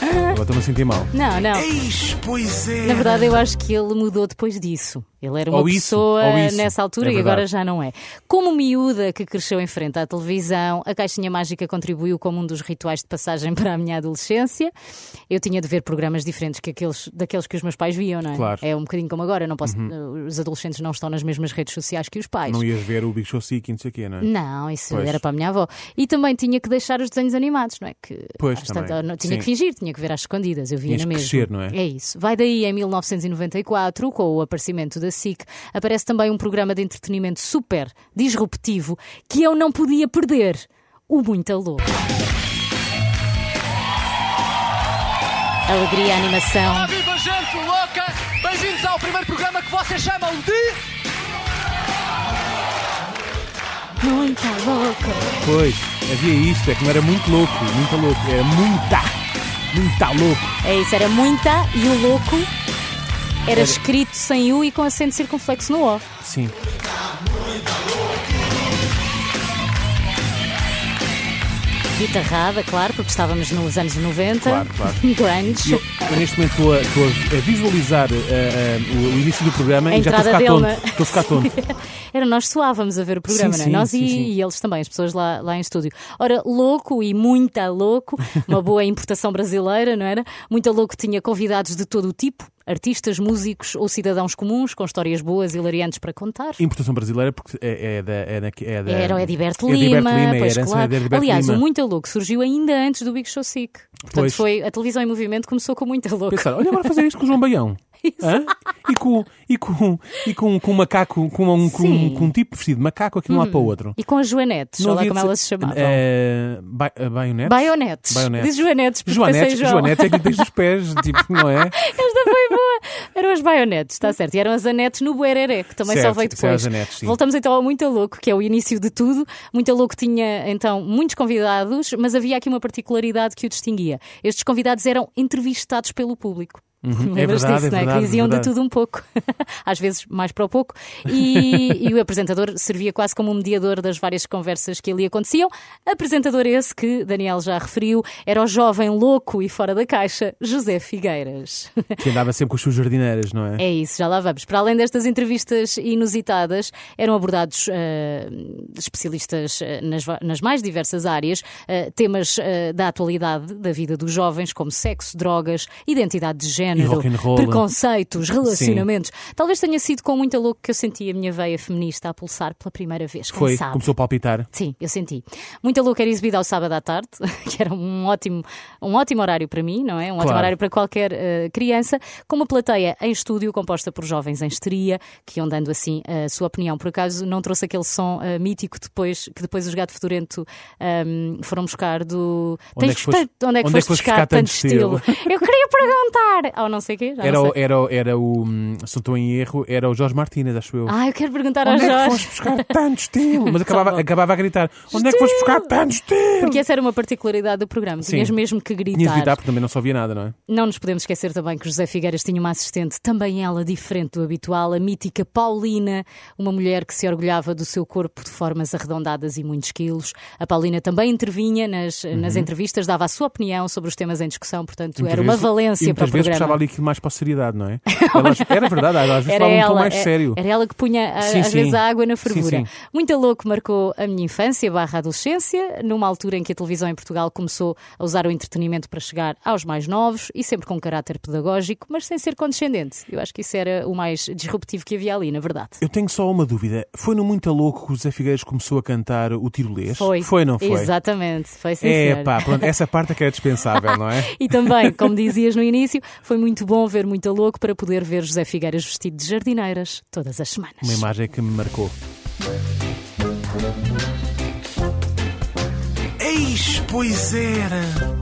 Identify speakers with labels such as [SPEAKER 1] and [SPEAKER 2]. [SPEAKER 1] Agora estou-me a sentir mal.
[SPEAKER 2] Não, não.
[SPEAKER 3] Eis, pois é.
[SPEAKER 2] Na verdade, eu acho que ele mudou depois disso. Ele era uma
[SPEAKER 1] Ou isso,
[SPEAKER 2] pessoa
[SPEAKER 1] ou isso.
[SPEAKER 2] nessa altura
[SPEAKER 1] É
[SPEAKER 2] e agora
[SPEAKER 1] verdade.
[SPEAKER 2] já não é. Como miúda que cresceu em frente à televisão, a Caixinha Mágica contribuiu como um dos rituais de passagem para a minha adolescência. Eu tinha de ver programas diferentes que aqueles, daqueles que os meus pais viam, não é?
[SPEAKER 1] Claro. Uhum.
[SPEAKER 2] É um bocadinho como agora, não posso, eh, os adolescentes não estão nas mesmas redes sociais que os pais.
[SPEAKER 1] Não ias ver o Big Show Sick e não sei o quê, não é?
[SPEAKER 2] Não, isso
[SPEAKER 1] Pois.
[SPEAKER 2] era para a minha avó. E também tinha que deixar os desenhos animados, não é? Que,
[SPEAKER 1] Pois,
[SPEAKER 2] às tantas-
[SPEAKER 1] também.
[SPEAKER 2] não- tinha que
[SPEAKER 1] Sim.
[SPEAKER 2] fingir, tinha que ver às escondidas, eu via
[SPEAKER 1] Tinhas
[SPEAKER 2] na
[SPEAKER 1] que
[SPEAKER 2] mesma.
[SPEAKER 1] crescer, não é?
[SPEAKER 2] É isso. Vai daí em 1994, com o aparecimento da SIC, aparece também um programa de entretenimento super disruptivo que eu não podia perder. O Muita Louca. Alegria, animação.
[SPEAKER 4] Olá, viva gente louca! Bem-vindos ao primeiro programa que vocês chamam de.
[SPEAKER 2] Muita Louca.
[SPEAKER 1] Pois, havia isto, é que não era muito louco, muito louco, era muita, muita louco.
[SPEAKER 2] É isso, era muita e o louco era escrito sem U e com acento circunflexo no O.
[SPEAKER 1] Sim.
[SPEAKER 2] Guitarrada, claro, porque estávamos nos anos 90.
[SPEAKER 1] Claro, claro. E
[SPEAKER 2] Grunge.
[SPEAKER 1] Eu, eu neste momento estou a, estou a- a visualizar ah, ah, o, o início do programa
[SPEAKER 2] A
[SPEAKER 1] e já estou a ficar
[SPEAKER 2] entrada dele,
[SPEAKER 1] tonto.
[SPEAKER 2] né?
[SPEAKER 1] Estou a ficar tonto.
[SPEAKER 2] Era nós suávamos a ver o programa,
[SPEAKER 1] Sim,
[SPEAKER 2] não é?
[SPEAKER 1] sim, sim,
[SPEAKER 2] Nós e,
[SPEAKER 1] sim.
[SPEAKER 2] e eles também, as pessoas lá, lá em estúdio. Ora, louco e muita louco, uma boa importação brasileira, não era? Muita louco tinha convidados de todo o tipo, artistas, músicos ou cidadãos comuns, com histórias boas e hilariantes para contar.
[SPEAKER 1] Importação brasileira, porque é, é da. É da, é da
[SPEAKER 2] Era o Ediberto
[SPEAKER 1] é de
[SPEAKER 2] Lima,
[SPEAKER 1] Lima,
[SPEAKER 2] pois
[SPEAKER 1] é a herança
[SPEAKER 2] claro.
[SPEAKER 1] de Ediberto
[SPEAKER 2] Aliás,
[SPEAKER 1] Lima.
[SPEAKER 2] o Muita Louco surgiu ainda antes do Big Show Sick. Portanto,
[SPEAKER 1] Pois.
[SPEAKER 2] foi, a televisão em movimento começou com Muita Louco.
[SPEAKER 1] Pensar, olha agora fazer isto com o João Baião. Hã? E, com, e, com, e com, com um macaco, com um, com, um,
[SPEAKER 2] Sim. Hum.
[SPEAKER 1] com um tipo vestido de macaco aqui de um lado para o outro.
[SPEAKER 2] E com as Joanetes, olha lá
[SPEAKER 1] havia de
[SPEAKER 2] como
[SPEAKER 1] ser-
[SPEAKER 2] elas se chamavam.
[SPEAKER 1] Eh, Ba- eh, Baionetes?
[SPEAKER 2] Baionetes.
[SPEAKER 1] Baionetes.
[SPEAKER 2] Diz Joanetes, porque
[SPEAKER 1] Joanetes,
[SPEAKER 2] pensei em João.
[SPEAKER 1] Joanetes é que tens os pés, tipo, não é?
[SPEAKER 2] Esta foi boa. Eram as baionetes, está certo. E eram as anetes no Buereré, que também só
[SPEAKER 1] Certo,
[SPEAKER 2] veio
[SPEAKER 1] isso eram as
[SPEAKER 2] depois.
[SPEAKER 1] anetes, sim.
[SPEAKER 2] Voltamos então ao Muita Louco, que é o início de tudo. Muita Louco tinha então muitos convidados, mas havia aqui uma particularidade que o distinguia. Estes convidados eram entrevistados pelo público.
[SPEAKER 1] é verdade,
[SPEAKER 2] Lembras disso,
[SPEAKER 1] é
[SPEAKER 2] não é?
[SPEAKER 1] verdade,
[SPEAKER 2] que diziam
[SPEAKER 1] é
[SPEAKER 2] de
[SPEAKER 1] verdade.
[SPEAKER 2] tudo um pouco, às vezes mais para o pouco, e, e o apresentador servia quase como um mediador das várias conversas que ali aconteciam. Apresentador esse que Daniel já referiu, era o jovem louco e fora da caixa, José Figueiras.
[SPEAKER 1] Que andava sempre com as suas jardineiras, não é?
[SPEAKER 2] É isso, já lá vamos. Para além destas entrevistas inusitadas, eram abordados eh, especialistas eh, nas, va- nas mais diversas áreas, eh, temas eh, da atualidade da vida dos jovens, como sexo, drogas, identidade de género,
[SPEAKER 1] rock and roll.
[SPEAKER 2] preconceitos, relacionamentos. Talvez tenha sido com muita louco que eu senti a minha veia feminista a pulsar pela primeira vez. Quem
[SPEAKER 1] Foi,
[SPEAKER 2] sabe?
[SPEAKER 1] começou a palpitar.
[SPEAKER 2] Sim, eu senti. Muita louca era exibida ao sábado à tarde, que era um ótimo, um ótimo horário para mim, não é? Um ótimo
[SPEAKER 1] Claro.
[SPEAKER 2] horário para qualquer eh, criança, com uma plateia em estúdio composta por jovens em histeria, que iam dando assim a sua opinião. Por acaso não trouxe aquele som eh, mítico depois, que depois os Gato Fedorento ehm, foram buscar do.
[SPEAKER 1] Onde é que
[SPEAKER 2] Tens
[SPEAKER 1] foste-
[SPEAKER 2] tanto- onde é que
[SPEAKER 1] onde
[SPEAKER 2] foste buscar, tanto estilo? eu queria perguntar! Ou não sei o quê, já
[SPEAKER 1] Era,
[SPEAKER 2] não
[SPEAKER 1] o-
[SPEAKER 2] sei.
[SPEAKER 1] era, o- era o. hum, Se não estou em erro, era o Jorge Martínez, acho eu.
[SPEAKER 2] Ah, eu quero perguntar
[SPEAKER 1] Onde é
[SPEAKER 2] ao
[SPEAKER 1] que
[SPEAKER 2] Jorge.
[SPEAKER 1] foste buscar tanto estilo? Mas
[SPEAKER 2] Tá
[SPEAKER 1] acabava,
[SPEAKER 2] bom.
[SPEAKER 1] acabava a gritar: Onde é que foste buscar tanto estilo?
[SPEAKER 2] Porque essa era uma particularidade do programa. Tinhas
[SPEAKER 1] Sim.
[SPEAKER 2] mesmo que
[SPEAKER 1] Tinhas de gritar porque também não só via nada, não é?
[SPEAKER 2] Não nos podemos esquecer também que José Figueiras tinha uma assistente, também ela diferente do habitual, a mítica Paulina, uma mulher que se orgulhava do seu corpo de formas arredondadas e muitos quilos. A Paulina também intervinha nas, eh, nas
[SPEAKER 1] Uhum.
[SPEAKER 2] entrevistas, dava a sua opinião sobre os temas em discussão, portanto
[SPEAKER 1] Muitas
[SPEAKER 2] era uma
[SPEAKER 1] vezes-
[SPEAKER 2] valência
[SPEAKER 1] e
[SPEAKER 2] para
[SPEAKER 1] muitas vezes
[SPEAKER 2] o programa.
[SPEAKER 1] puxava ali aquilo mais para a seriedade, não é? Elas- era verdade, às vezes
[SPEAKER 2] Era
[SPEAKER 1] falava um tom
[SPEAKER 2] ela,
[SPEAKER 1] mais
[SPEAKER 2] é-
[SPEAKER 1] sério.
[SPEAKER 2] era ela que punha a-
[SPEAKER 1] Sim,
[SPEAKER 2] às
[SPEAKER 1] sim.
[SPEAKER 2] vezes a água na fervura.
[SPEAKER 1] Sim, sim.
[SPEAKER 2] Muita louco marcou a minha infância barra adolescência, numa altura em que a televisão em Portugal começou a usar o entretenimento para chegar aos mais novos e sempre com caráter pedagógico, mas sem ser condescendente. Eu acho que isso era o mais disruptivo que havia ali, na verdade.
[SPEAKER 1] Eu tenho só uma dúvida. Foi no Muito Louco que o Zé Figueiras começou a cantar o tirolês? Foi, não foi?
[SPEAKER 2] Exatamente, foi sincero.
[SPEAKER 1] É, pá, pronto, essa parte é que era dispensável, não é?
[SPEAKER 2] E também, como dizias no início, foi muito bom ver Muita Louco para poder ver José Figueiras vestido de jardineiras todas as semanas.
[SPEAKER 1] Uma imagem que me marcou.
[SPEAKER 3] Eis, pois era.